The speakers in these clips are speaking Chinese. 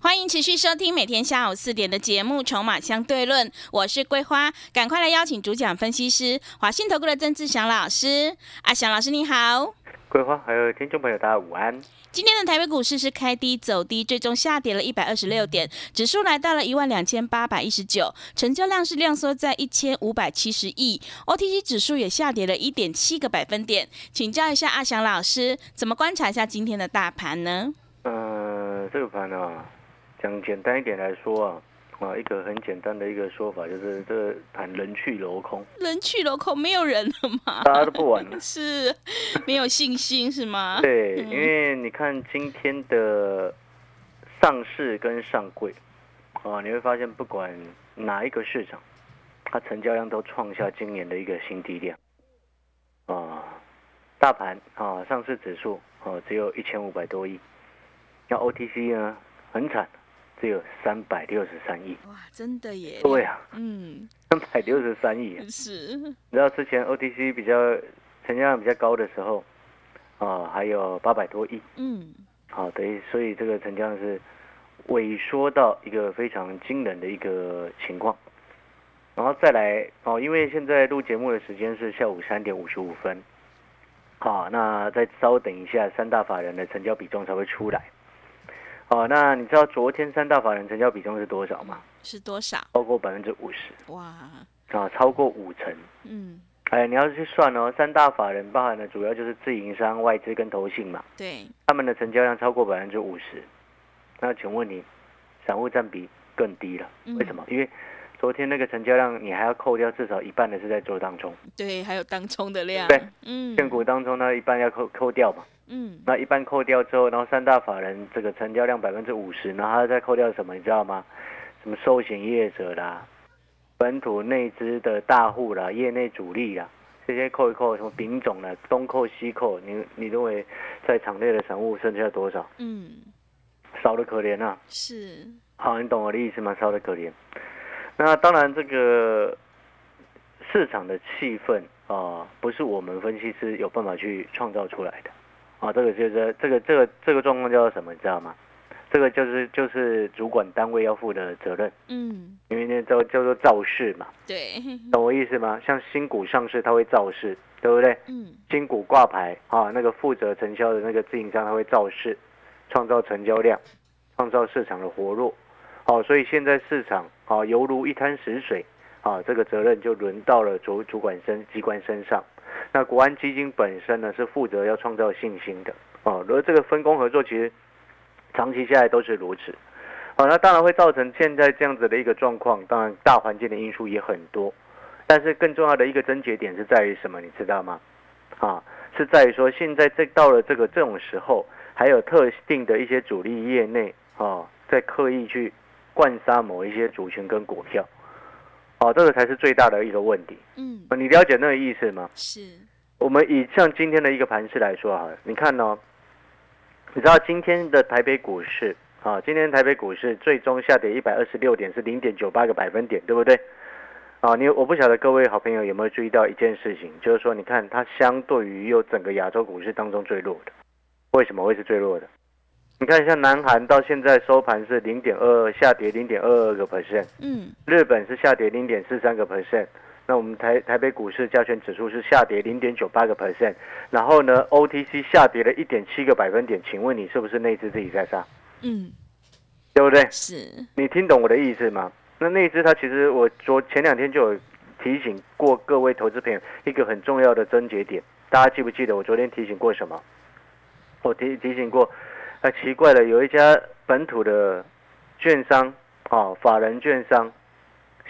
欢迎持续收听每天下午四点的节目《筹码相对论》，我是桂花，赶快来邀请主讲分析师华信投顾的曾志祥老师。阿祥老师你好，桂花还有听众朋友大家午安。今天的台北股市是开低走低，最终下跌了一百二十六点，指数来到了一万两千八百一十九，成交量是量缩在一千五百七十亿，OTC 指数也下跌了一点七个百分点。请教一下阿祥老师，怎么观察一下今天的大盘呢？呃，这个盘啊，讲简单一点来说啊，啊，一个很简单的一个说法就是这个盘人去楼空，人去楼空，没有人了吗？。大家都不玩了是没有信心是吗？ 对，因为你看今天的上市跟上柜啊，你会发现不管哪一个市场，它成交量都创下今年的一个新低量啊。大盘啊，上市指数啊只有一千五百多亿，那 OTC 呢很惨，只有三百六十三亿。哇，真的耶！对啊，嗯，三百六十三亿啊。是你知道之前 OTC 比较成交量比较高的时候啊，还有八百多亿。嗯，好，等于所以这个成交量是萎缩到一个非常惊人的一个情况，然后再来哦，因为现在录节目的时间是下午三点五十五分，好，那再稍等一下，三大法人的成交比重才会出来。哦，那你知道昨天三大法人成交比重是多少吗？是多少？超过百分之五十哇，啊，超过五成。嗯，哎，你要去算哦，三大法人包含的主要就是自营商、外资跟投信嘛。对，他们的成交量超过百分之五十。那请问你，散户占比更低了，嗯为什么？因为昨天那个成交量，你还要扣掉至少一半的是在做当中，对，还有当冲的量，对，嗯，现股当中呢一半要扣扣掉嘛。嗯，那一半扣掉之后，然后三大法人这个成交量百分之五十，然后他再扣掉什么，你知道吗？什么寿险业者啦，本土内资的大户啦，业内主力啦，这些扣一扣，什么丙种啦，东扣西扣，你你认为在场内的散户剩下多少？嗯，少的可怜啊！是，好，你懂我的意思吗？稍微可怜。那当然，这个市场的气氛啊、不是我们分析师有办法去创造出来的啊、这个就是这个这个这个状况叫做什么，你知道吗？这个就是就是主管单位要负的责任，嗯，因为那叫叫做造势嘛，对，懂我意思吗？像新股上市，它会造势，对不对？嗯，新股挂牌啊，那个负责承销的那个自营商他会造势，创造成交量，创造市场的活络。好、所以现在市场啊犹如一滩死水啊，这个责任就轮到了主主管身机关身上。那国安基金本身呢是负责要创造信心的哦、而这个分工合作其实长期下来都是如此。好、那当然会造成现在这样子的一个状况，当然大环境的因素也很多，但是更重要的一个症结点是在于什么，你知道吗？啊，是在于说现在这到了这个这种时候，还有特定的一些主力业内啊，在刻意去灌杀某一些族群跟股票，哦、这个才是最大的一个问题。嗯，你了解那个意思吗？是，我们以像今天的一个盘势来说好了，你看哦，你知道今天的台北股市啊，今天台北股市最终下跌一百二十六点，是零点九八个百分点，对不对？啊，你我不晓得各位好朋友有没有注意到一件事情，就是说，你看它相对于又整个亚洲股市当中最弱的，为什么会是最弱的？你看，像南韩到现在收盘是零点二二，下跌零点二二个 percent，嗯，日本是下跌零点四三个 percent，那我们台台北股市加权指数是下跌零点九八个 percent，然后呢，OTC 下跌了一点七个百分点，请问你是不是内资自己在杀，嗯，对不对？是，你听懂我的意思吗？那内资它其实我昨前两天就有提醒过各位投资朋友一个很重要的症结点，大家记不记得我昨天提醒过什么？我提提醒过，啊，奇怪了，有一家本土的券商啊，法人券商，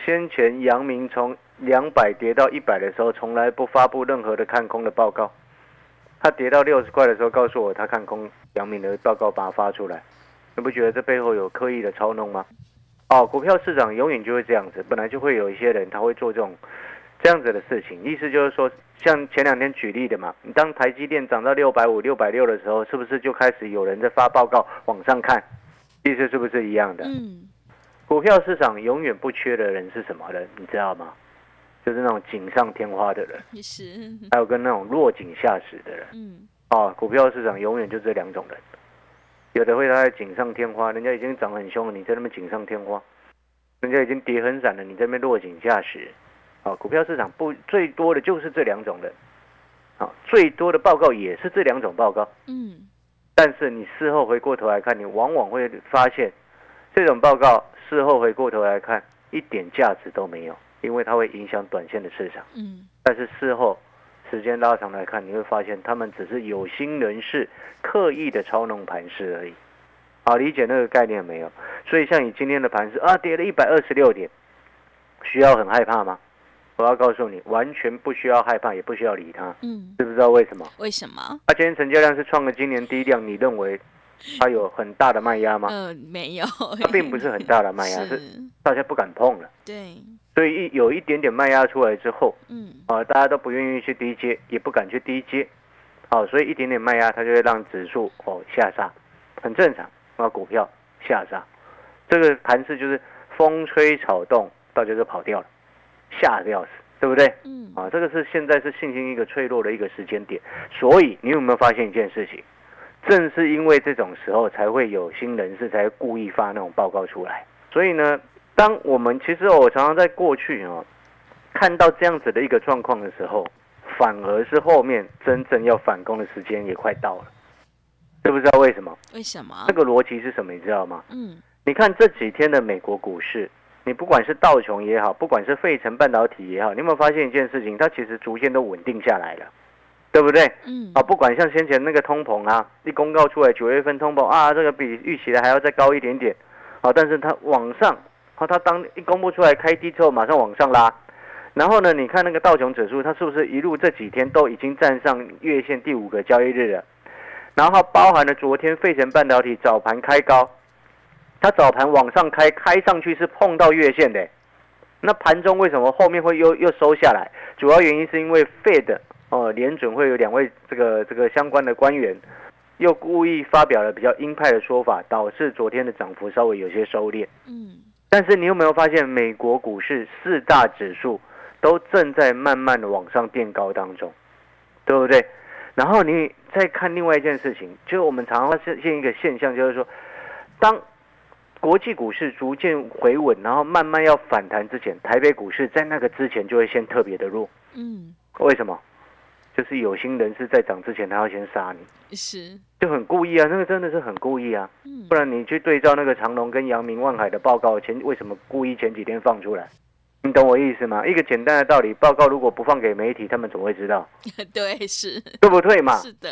先前阳明从两百跌到一百的时候，从来不发布任何的看空的报告。他跌到六十块的时候，告诉我他看空阳明的报告，把它发出来。你不觉得这背后有刻意的操弄吗？哦，股票市场永远就会这样子，本来就会有一些人他会做这种这样子的事情，意思就是说，像前两天举例的嘛，你当台积电涨到六百五、六百六的时候，是不是就开始有人在发报告往上看？意思是不是一样的？嗯，股票市场永远不缺的人是什么人？你知道吗？就是那种锦上添花的人，也是，还有跟那种落井下石的人。嗯，哦，股票市场永远就这两种人，有的会他在锦上添花，人家已经涨很凶了，你在那边锦上添花；人家已经跌很散了，你在那边落井下石。哦，股票市场不最多的就是这两种人，哦，最多的报告也是这两种报告。嗯，但是你事后回过头来看，你往往会发现，这种报告事后回过头来看一点价值都没有，因为它会影响短线的市场。嗯，但是事后时间拉长来看，你会发现他们只是有心人士刻意的操弄盘势而已。好，理解那个概念没有？所以像你今天的盘势啊，跌了一百二十六点，需要很害怕吗？我要告诉你，完全不需要害怕，也不需要理它，嗯，知不知道为什么？为什么？啊，今天成交量是创了今年低量，你认为它有很大的卖压吗？呃，没有，哎它并不是很大的卖压，是嗯是，大家不敢碰了。对，所以一有一点点卖压出来之后，嗯，啊，大家都不愿意去低接，也不敢去低接，好、所以一点点卖压，它就会让指数哦下杀，很正常。那股票下杀，这个盘势就是风吹草动，大家就跑掉了，吓得要死，对不对？嗯，啊，这个是现在是信心一个脆弱的一个时间点，所以你有没有发现一件事情？正是因为这种时候，才会有心人士才会故意发那种报告出来。所以呢，当我们其实哦我常常在过去哦，看到这样子的一个状况的时候，反而是后面真正要反攻的时间也快到了，知不知道为什么？为什么这？个逻辑是什么？你知道吗？嗯，你看这几天的美国股市，你不管是道琼也好，不管是费城半导体也好，你有没有发现一件事情？它其实逐渐都稳定下来了，对不对？嗯，啊，不管像先前那个通膨啊，一公告出来九月份通膨啊，这个比预期的还要再高一点点，啊，但是它往上，啊，它当一公布出来开低之后，马上往上拉。然后呢，你看那个道琼指数，它是不是一路这几天都已经站上月线第五个交易日了？然后包含了昨天费城半导体早盘开高，它早盘往上开，开上去是碰到月线的。那盘中为什么后面会又又收下来？主要原因是因为 Fed 哦，联准会有两位这个这个相关的官员又故意发表了比较鹰派的说法，导致昨天的涨幅稍微有些收敛。嗯，但是你有没有发现，美国股市四大指数都正在慢慢的往上垫高当中，对不对？然后你再看另外一件事情，就是我们常常会现现一个现象，就是说，当国际股市逐渐回稳，然后慢慢要反弹之前，台北股市在那个之前就会先特别的弱。嗯，为什么？就是有心人士在涨之前，他要先杀你，是，就很故意啊，那个真的是很故意啊。嗯不，然你去对照那个长隆跟阳明、万海的报告前，为什么故意前几天放出来？你懂我意思吗？一个简单的道理，报告如果不放给媒体，他们怎么会知道？嗯对，是，对不对嘛？是的，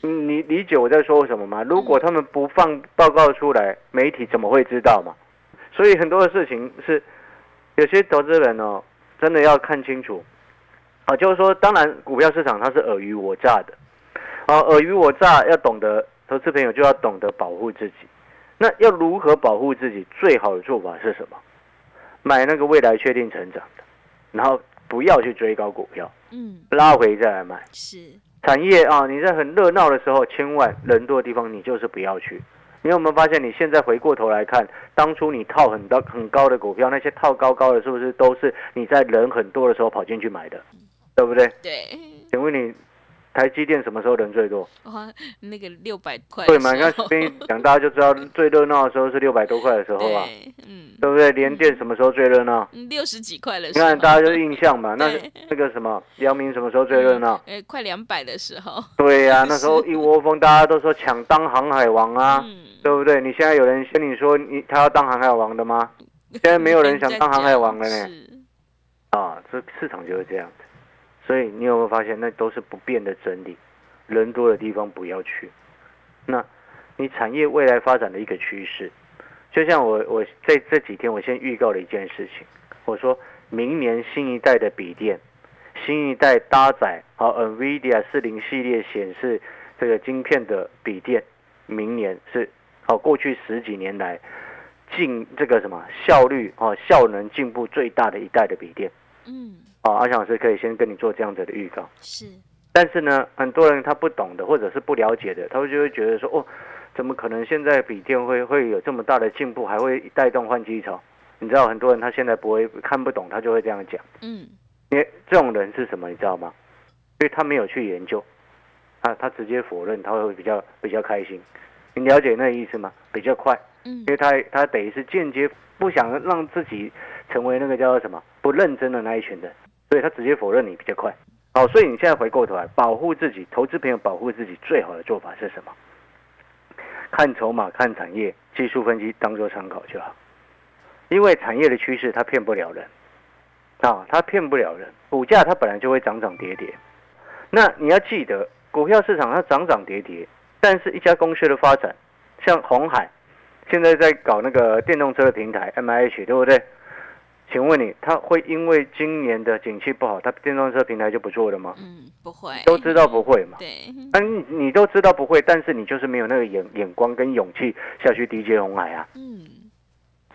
你你理解我在说什么吗？如果他们不放报告出来，媒体怎么会知道嘛？所以很多的事情是，有些投资人哦，真的要看清楚啊，就是说，当然股票市场它是尔虞我诈的，啊，尔虞我诈要懂得，投资朋友就要懂得保护自己。那要如何保护自己？最好的做法是什么？买那个未来确定成长的，然后不要去追高股票，嗯，拉回再来买。是，产业啊，你在很热闹的时候，千万人多的地方你就是不要去。你有没有发现，你现在回过头来看，当初你套很高很高的股票，那些套高高的，是不是都是你在人很多的时候跑进去买的，对不对？对，请问你，台积电什么时候人最多？哇，那个六百块的对时嘛？候，你看随便一讲，大家就知道最热闹的时候是六百多块的时候啊，对，嗯，对不对？联电什么时候最热闹？六十几块的你时候，看大家就是印象嘛。那对那个什么，姚明什么时候最热闹？呃，快两百的时候，对呀、那时候一窝蜂，大家都说抢当航海王啊。嗯，对不对？你现在有人跟你说你他要当航海王的吗？现在没有人想当航海王了呢。呢。啊，这市场就是这样子。所以你有没有发现，那都是不变的真理？人多的地方不要去。那你产业未来发展的一个趋势，就像我我这这几天我先预告了一件事情，我说明年新一代的笔电，新一代搭载好 NVIDIA 四零系列显示这个晶片的笔电，明年是好过去十几年来进这个什么效率哦效能进步最大的一代的笔电嗯，哦，阿翔老师可以先跟你做这样子的预告。是，但是呢，很多人他不懂的或者是不了解的，他会就会觉得说，哦，怎么可能现在笔电会会有这么大的进步，还会带动换机潮？你知道很多人他现在不会看不懂，他就会这样讲。嗯，因为这种人是什么，你知道吗？因为他没有去研究，啊，他直接否认，他会比较比较开心。你了解那个意思吗？比较快，嗯因，为他他等于是间接不想让自己成为那个叫做什么不认真的那一群人，所以他直接否认你比较快。好，所以你现在回过头来，保护自己，投资朋友保护自己最好的做法是什么？看筹码、看产业、技术分析当做参考就好，因为产业的趋势它骗不了人，啊，它骗不了人，股价它本来就会涨涨跌跌。那你要记得，股票市场它涨涨跌跌，但是一家公司的发展，像红海，现在在搞那个电动车的平台 M I H，对不对？请问你，它会因为今年的景气不好，它电动车平台就不做了吗？嗯，不会，都知道不会嘛？对，那、你你都知道不会，但是你就是没有那个眼眼光跟勇气下去 DJ 红海啊，嗯，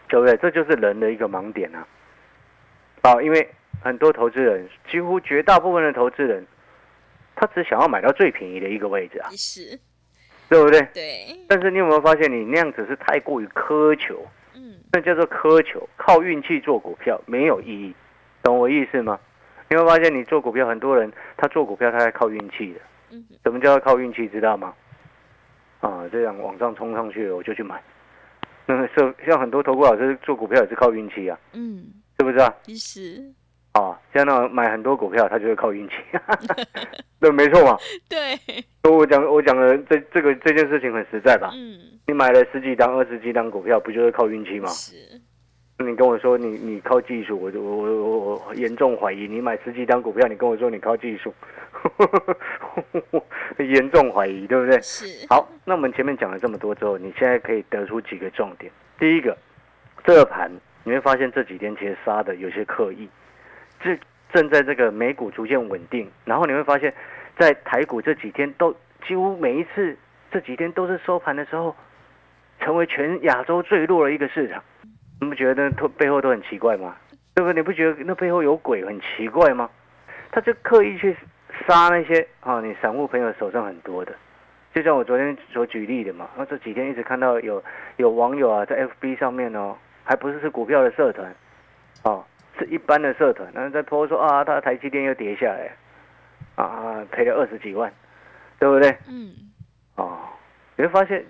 对不对？这就是人的一个盲点啊。啊，因为很多投资人，几乎绝大部分的投资人，他只想要买到最便宜的一个位置啊，是，对不对？对，但是你有没有发现，你那样子是太过于苛求，嗯，那叫做苛求，靠运气做股票没有意义，懂我意思吗？你会发现，你做股票，很多人他做股票他在靠运气的。嗯，什么叫靠运气？知道吗？啊，这样往上冲上去了，我就去买。 那个是像很多投顾老师做股票也是靠运气啊，嗯，是不是啊？是，啊，像那种买很多股票，他就是靠运气，对，没错嘛。对，我讲我讲的这这个这件事情很实在吧？嗯，你买了十几档、二十几档股票，不就是靠运气吗？是，你跟我说你你靠技术，我就我我我我严重怀疑你买十几档股票，你跟我说你靠技术， 严重怀疑，对不对？是，好，那我们前面讲了这么多之后，你现在可以得出几个重点。第一个，这个盘你会发现这几天其实杀的有些刻意，这正在这个美股逐渐稳定，然后你会发现，在台股这几天都几乎每一次这几天都是收盘的时候，成为全亚洲最弱的一个市场，你不觉得都背后都很奇怪吗？对不对？你不觉得那背后有鬼很奇怪吗？他就刻意去杀那些啊、你散户朋友手上很多的。就像我昨天所举例的嘛，那这几天一直看到有有网友啊在 FB 上面哦，还不是是股票的社团，哦，是一般的社团，然后在 po 说啊，他台积电又跌下来，啊啊，赔了二十几万，对不对？嗯，哦，你会发现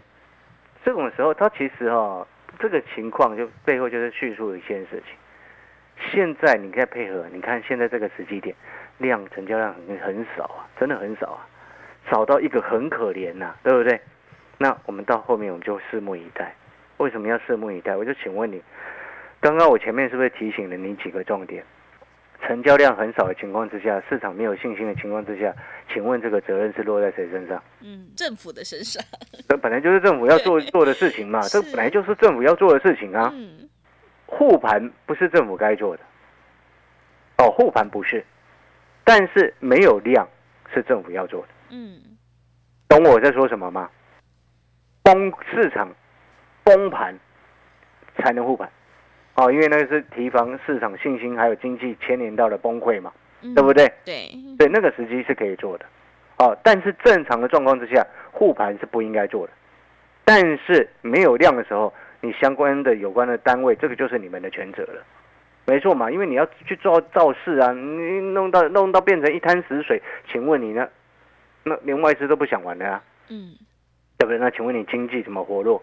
这种时候，他其实哦，这个情况就背后就是叙述一件事情。现在你再配合，你看现在这个时机点，量成交量很很少啊，真的很少啊，少到一个很可怜呐、对不对？那我们到后面我们就拭目以待。为什么要拭目以待？我就请问你，刚刚我前面是不是提醒了你几个重点？成交量很少的情况之下，市场没有信心的情况之下，请问这个责任是落在谁身上？嗯，政府的身上，这本来就是政府要做做的事情嘛，这是本来就是政府要做的事情啊。嗯，护盘不是政府该做的，哦，护盘不是，但是没有量是政府要做的，嗯，懂我在说什么吗？崩市场崩盘才能护盘，哦，因为那个是提防市场信心还有经济牵连到的崩溃嘛，嗯对不？对？对，对，那个时机是可以做的，哦，但是正常的状况之下，护盘是不应该做的。但是没有量的时候，你相关的有关的单位，这个就是你们的全责了，没错嘛，因为你要去做造势啊，你弄到弄到变成一滩死水，请问你呢？那连外资都不想玩了啊，嗯，对不对？那请问你经济怎么活络？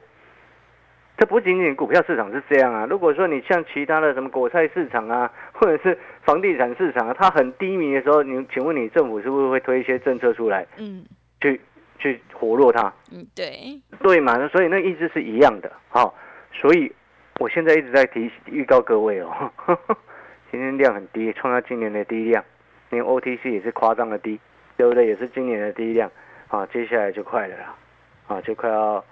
这不仅仅股票市场是这样啊，如果说你像其他的什么果菜市场啊，或者是房地产市场啊，它很低迷的时候，你请问你政府是不是会推一些政策出来嗯，去去活络它？嗯，对，对嘛？那所以那意思是一样的，好、所以我现在一直在提预告各位哦， 今天量很低，创下今年的低量，连 OTC 也是夸张的低，对不对？也是今年的低量啊，接下来就快了啦，啊，就快要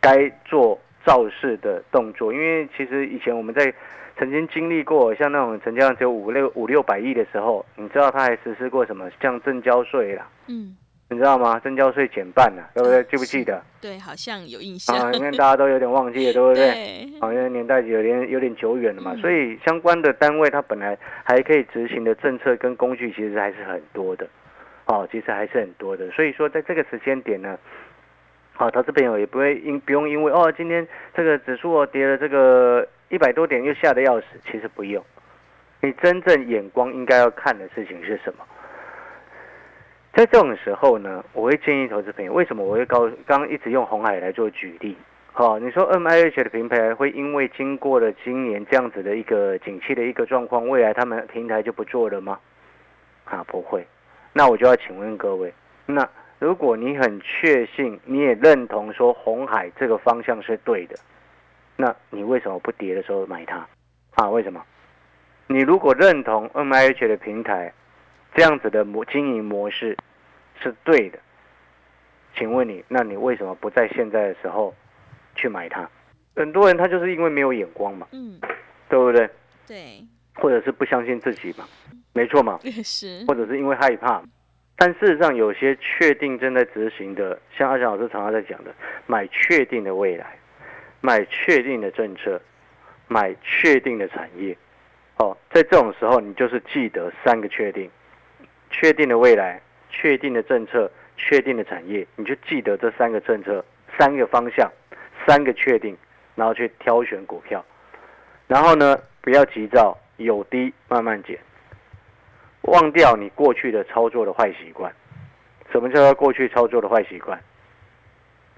该做造势的动作，因为其实以前我们在曾经经历过像那种成交量只有五六五六百亿的时候，你知道他还实施过什么，像证交税啦。嗯，你知道吗？增交税减半了、对不对？记不记得？对，好像有印象。啊， 因为大家都有点忘记了，对不对？对，好像年代有点有点久远了嘛，嗯所以相关的单位它本来还可以执行的政策跟工具其实还是很多的，哦，其实还是很多的。所以说在这个时间点呢，好、投资朋友也不会因不用因为哦今天这个指数哦跌了这个一百多点又吓得要死，其实不用，你真正眼光应该要看的事情是什么？在这种时候呢，我会建议投资朋友，为什么我会高刚刚一直用红海来做举例？好、你说 M I H 的平台会因为经过了今年这样子的一个景气的一个状况，未来他们平台就不做了吗？啊，不会。那我就要请问各位，那如果你很确信，你也认同说红海这个方向是对的，那你为什么不跌的时候买它？啊，为什么？你如果认同 M I H 的平台这样子的模经营模式是对的，请问你，那你为什么不在现在的时候去买它？很多人他就是因为没有眼光嘛，嗯，对不对？对， 或者是不相信自己嘛，没错嘛，也是，或者是因为害怕。但事实上，有些确定正在执行的，像阿翔老师常常在讲的，买确定的未来，买确定的政策，买确定的产业。哦，在这种时候，你就是记得三个确定：确定的未来、确定的政策、确定的产业。你就记得这三个政策、三个方向、三个确定，然后去挑选股票。然后呢，不要急躁，有低慢慢减。忘掉你过去的操作的坏习惯。什么叫做过去操作的坏习惯？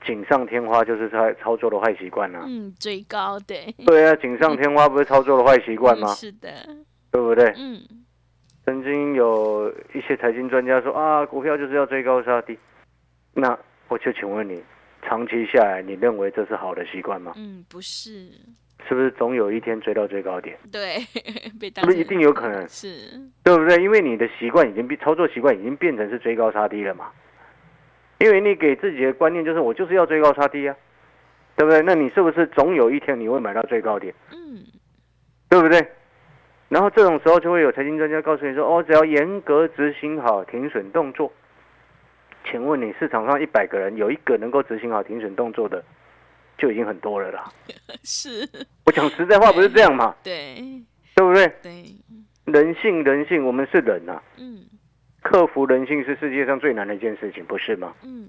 锦上添花就是操操作的坏习惯啊。嗯，最高对，对啊，锦上添花不是操作的坏习惯吗嗯？是的，对不对？嗯，曾经有一些财经专家说啊，股票就是要追高杀低。那我就请问你，长期下来，你认为这是好的习惯吗？嗯，不是，是不是总有一天追到最高点？对， 被当是不是成一定有可能？是，对不对？因为你的习惯已经变，操作习惯已经变成是追高杀低了嘛。因为你给自己的观念就是我就是要追高杀低啊，对不对？那你是不是总有一天你会买到最高点，嗯，对不对？然后这种时候就会有财经专家告诉你说，哦，只要严格执行好停损动作。请问你市场上一百个人有一个能够执行好停损动作的，就已经很多了啦。是，我讲实在话不是这样嘛，对对不对？对，人性，人性，我们是人啊，嗯克服人性是世界上最难的一件事情，不是吗？嗯，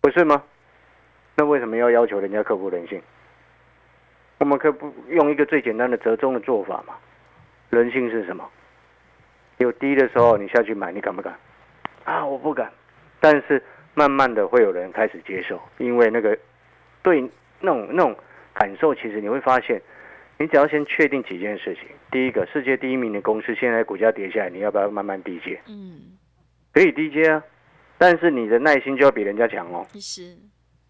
不是吗？那为什么要要求人家克服人性？我们可不用一个最简单的折中的做法嘛？人性是什么？有低的时候你下去买，你敢不敢？啊，我不敢。但是慢慢的会有人开始接受，因为那个对那种那种感受，其实你会发现，你只要先确定几件事情。第一个，世界第一名的公司现在股价跌下来，你要不要慢慢低接？嗯，可以低接啊，但是你的耐心就要比人家强哦。是，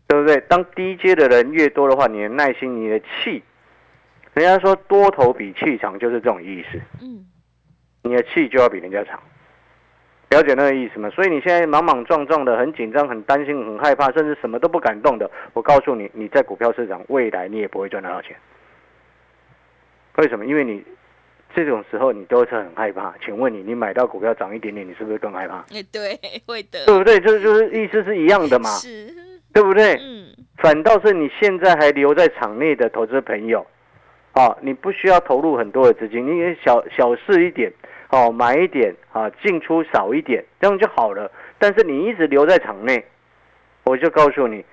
对不对？当低阶的人越多的话，你的耐心、你的气，人家说多头比气长，就是这种意思。嗯你的气就要比人家长，了解那个意思吗？所以你现在莽莽撞撞的，很紧张、很担心、很害怕，甚至什么都不敢动的，我告诉你，你在股票市场未来你也不会赚得到钱。为什么？因为你这种时候你都是很害怕。请问你，你买到股票涨一点点，你是不是更害怕？哎，对，会的，对不对？这就是意思是一样的嘛，哎是，对不对？嗯反倒是你现在还留在场内的投资朋友，啊，你不需要投入很多的资金，你也小小试一点，哦、买一点啊，进出少一点，这样就好了。但是你一直留在场内，我就告诉你，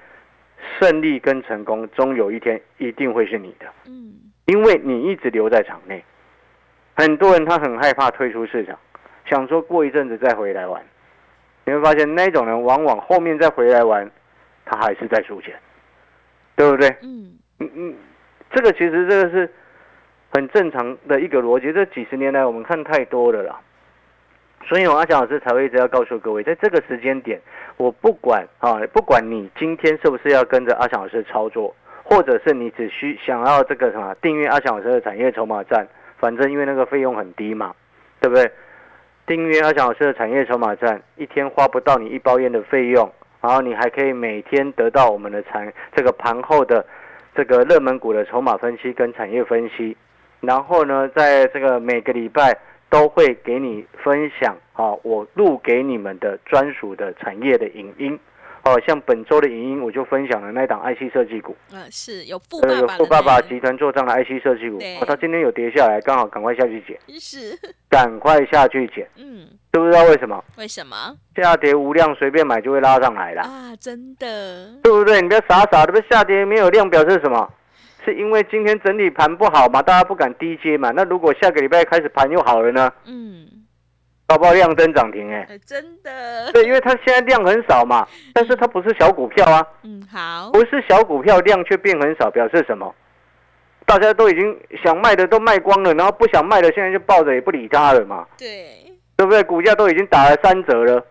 胜利跟成功终有一天一定会是你的，嗯因为你一直留在场内。很多人他很害怕退出市场，想说过一阵子再回来玩。你会发现那种人往往后面再回来玩，他还是在输钱，对不对？嗯嗯嗯，这个其实这个是很正常的一个逻辑，这几十年来我们看太多了啦。所以我哦阿翔老师才会一直要告诉各位，在这个时间点，我不管啊，不管你今天是不是要跟着阿翔老师操作，或者是你只需想要这个什么订阅阿翔老师的产业筹码站，反正因为那个费用很低嘛，对不对？订阅阿翔老师的产业筹码站，一天花不到你一包烟的费用，然后你还可以每天得到我们的产这个盘后的这个热门股的筹码分析跟产业分析，然后呢，在这个每个礼拜都会给你分享啊，我录给你们的专属的产业的影音。哦，像本周的影音，我就分享了那档 IC 设计股，嗯、是有富呃，爸有爸的富爸爸那集团做账的 IC 设计股对，哦，它今天有跌下来，刚好赶快下去捡，个是，赶快下去捡，嗯，知不知道为什么？为什么下跌无量，随便买就会拉上来啦，啊？真的，对不对？你不要傻傻的，不是下跌没有量表示什么？是因为今天整体盘不好嘛，大家不敢低接嘛。那如果下个礼拜开始盘又好了呢？嗯，搞不好量增涨停哎、呃真的，对，因为它现在量很少嘛，但是它不是小股票啊，嗯，好，不是小股票量却变很少，表示什么？大家都已经想卖的都卖光了，然后不想卖的现在就抱着也不理它了嘛，对，对不对？股价都已经打了三折了，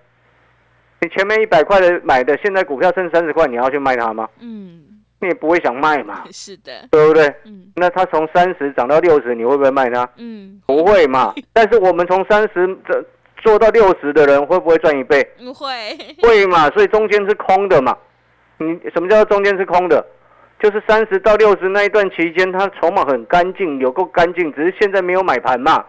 你前面一百块的买的，现在股票剩三十块，你要去卖它吗？嗯，你也不会想卖嘛，是的，对不对？嗯那它从三十涨到六十，你会不会卖它？嗯，不会嘛。但是我们从三十这做到六十的人，会不会赚一倍？不会，会嘛，所以中间是空的嘛。你什么叫做中间是空的？就是三十到六十那一段期间，它筹码很干净，有够干净，只是现在没有买盘嘛，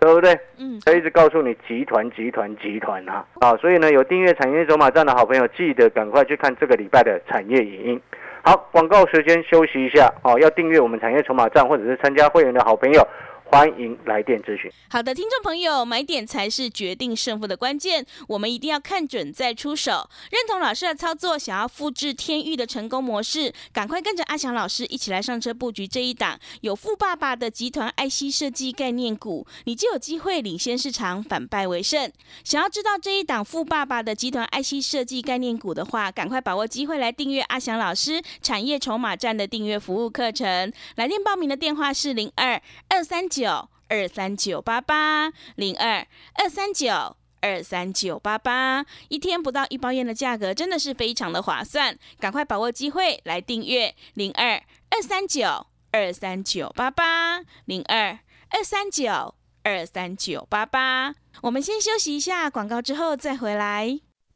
对不对？嗯，他一直告诉你集团、集团、集团啊啊！所以呢，有订阅产业走马站的好朋友，记得赶快去看这个礼拜的产业影音。好，广告时间休息一下哦、要订阅我们产业筹码站或者是参加会员的好朋友，欢迎来电咨询。好的，听众朋友，买点才是决定胜负的关键，我们一定要看准再出手。认同老师的操作，想要复制天域的成功模式，赶快跟着阿翔老师一起来上车布局这一档有富爸爸的集团爱惜设计概念股，你就有机会领先市场，反败为胜。想要知道这一档富爸爸的集团爱惜设计概念股的话，赶快把握机会来订阅阿翔老师产业筹码站的订阅服务课程。来电报名的电话是零二二三九二三九八八零二二三九二三九八八，一天不到一包烟的价格，真的是非常的划算，赶快把握机会来订阅零二二三九二三九八八零二二三九二三九八八。我们先休息一下广告，之后再回来。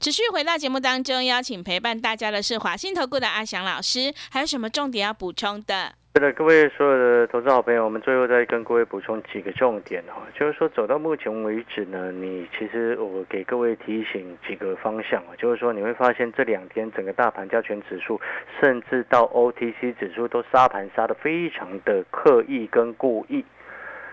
持续回到节目当中，邀请陪伴大家的是华信投顾的阿翔老师，还有什么重点要补充的？对的，各位所有的投资好朋友，我们最后再跟各位补充几个重点哈，就是说走到目前为止呢，你其实我给各位提醒几个方向啊，就是说你会发现这两天整个大盘加权指数，甚至到 OTC 指数都杀盘杀的非常的刻意跟故意。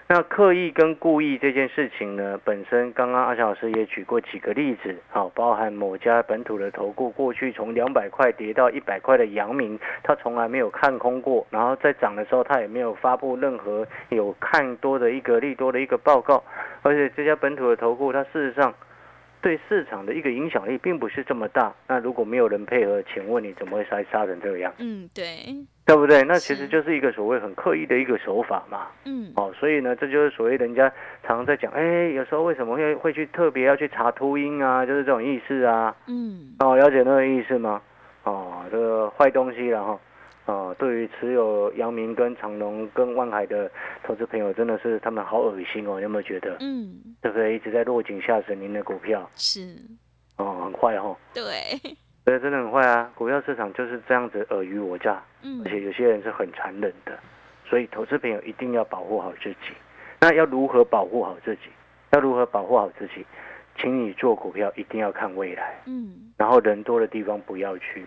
那刻意跟故意这件事情呢，本身刚刚阿翔老师也举过几个例子，好，包含某家本土的投顾过去从两百块跌到一百块的阳明，他从来没有看空过，然后在涨的时候他也没有发布任何有看多的一个利多的一个报告，而且这家本土的投顾，它事实上对市场的一个影响力并不是这么大。那如果没有人配合，请问你怎么会杀杀成这个样，嗯，对，对不对？那其是实就是一个所谓很刻意的一个手法嘛。嗯，哦，所以呢，这就是所谓人家常在讲，哎，有时候为什么会会去特别要去查秃鹰啊，就是这种意思啊。嗯，哦，了解那个意思吗？哦，这个坏东西了哈。哦，对于持有阳明跟长隆跟万海的投资朋友，真的是他们好恶心哦，你有没有觉得？嗯，对不对？一直在落井下石您的股票，是，哦，很坏哦，对，对，真的很坏啊！股票市场就是这样子尔虞我诈，嗯而，且有些人是很残忍的，所以投资朋友一定要保护好自己。那要如何保护好自己？要如何保护好自己？请你做股票一定要看未来，嗯，然后人多的地方不要去。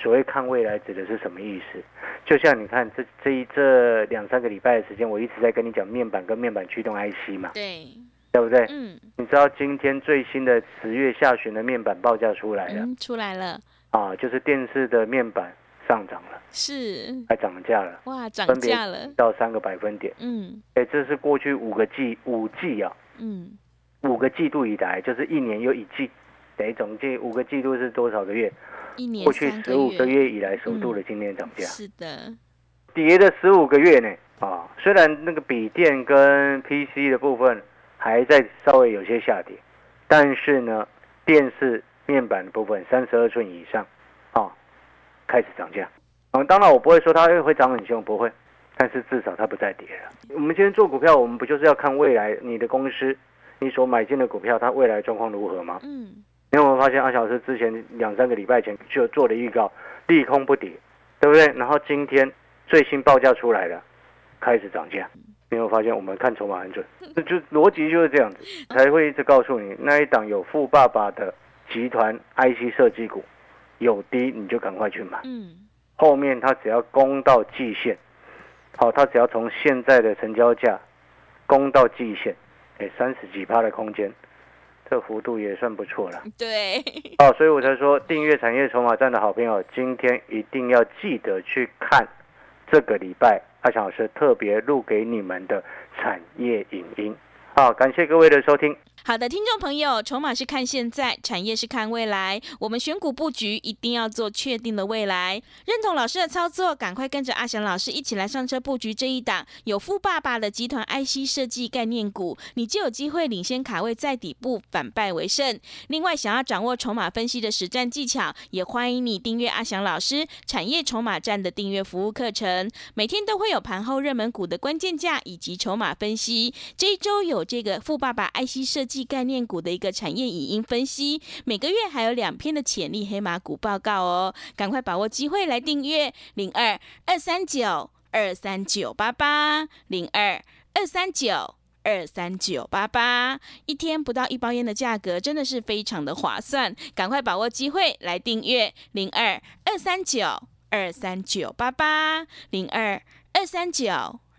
所谓看未来指的是什么意思？就像你看这这一这两三个礼拜的时间，我一直在跟你讲面板跟面板驱动 IC 嘛，对，对不对？嗯，你知道今天最新的十月下旬的面板报价出来了、嗯，出来了，啊，就是电视的面板上涨了，是，还涨价了，哇，涨分别价了，到三个百分点。嗯，哎，这是过去五个季五季啊，嗯，五个季度以来，就是一年又一季，等于总计五个季度是多少个月？一年过去三嗯十五个个月以来首度的今天涨价，是的，跌了十五个月呢。啊，虽然那个笔电跟 PC 的部分还在稍微有些下跌，但是呢，电视面板的部分三十二寸以上，啊，开始涨价。啊，当然我不会说它会涨很凶，不会，但是至少它不再跌了。我们今天做股票，我们不就是要看未来你的公司，你所买进的股票它未来状况如何吗？嗯，因为我们发现阿小师之前两三个礼拜前就做了预告，利空不跌，对不对？然后今天最新报价出来了，开始涨价。你有没有发现我们看筹码很准，这就逻辑就是这样子，才会一直告诉你那一档有富爸爸的集团 IC 设计股，有低你就赶快去买，嗯，后面它只要攻到季线，好，它只要从现在的成交价攻到季线，哎，三十几趴的空间，这幅度也算不错了。对，哦，所以我才说订阅产业筹码站的好朋友，今天一定要记得去看这个礼拜阿强老师特别录给你们的产业影音。好、感谢各位的收听。好的，听众朋友，筹码是看现在，产业是看未来。我们选股布局一定要做确定的未来。认同老师的操作，赶快跟着阿翔老师一起来上车布局这一档有富爸爸的集团 IC 设计概念股，你就有机会领先卡位在底部，反败为胜。另外，想要掌握筹码分析的实战技巧，也欢迎你订阅阿翔老师产业筹码站的订阅服务课程，每天都会有盘后热门股的关键价以及筹码分析。这一周有这个富爸爸 IC 设计概念股的一个产业影音分析，每个月还有两篇的潜力黑马股报告哦，赶快把握机会来订阅零二二三九二三九八八零二二三九。二三九八八，一天不到一包烟的价格，真的是非常的划算，赶快把握机会来订阅零二二三九二三九八八零二二三九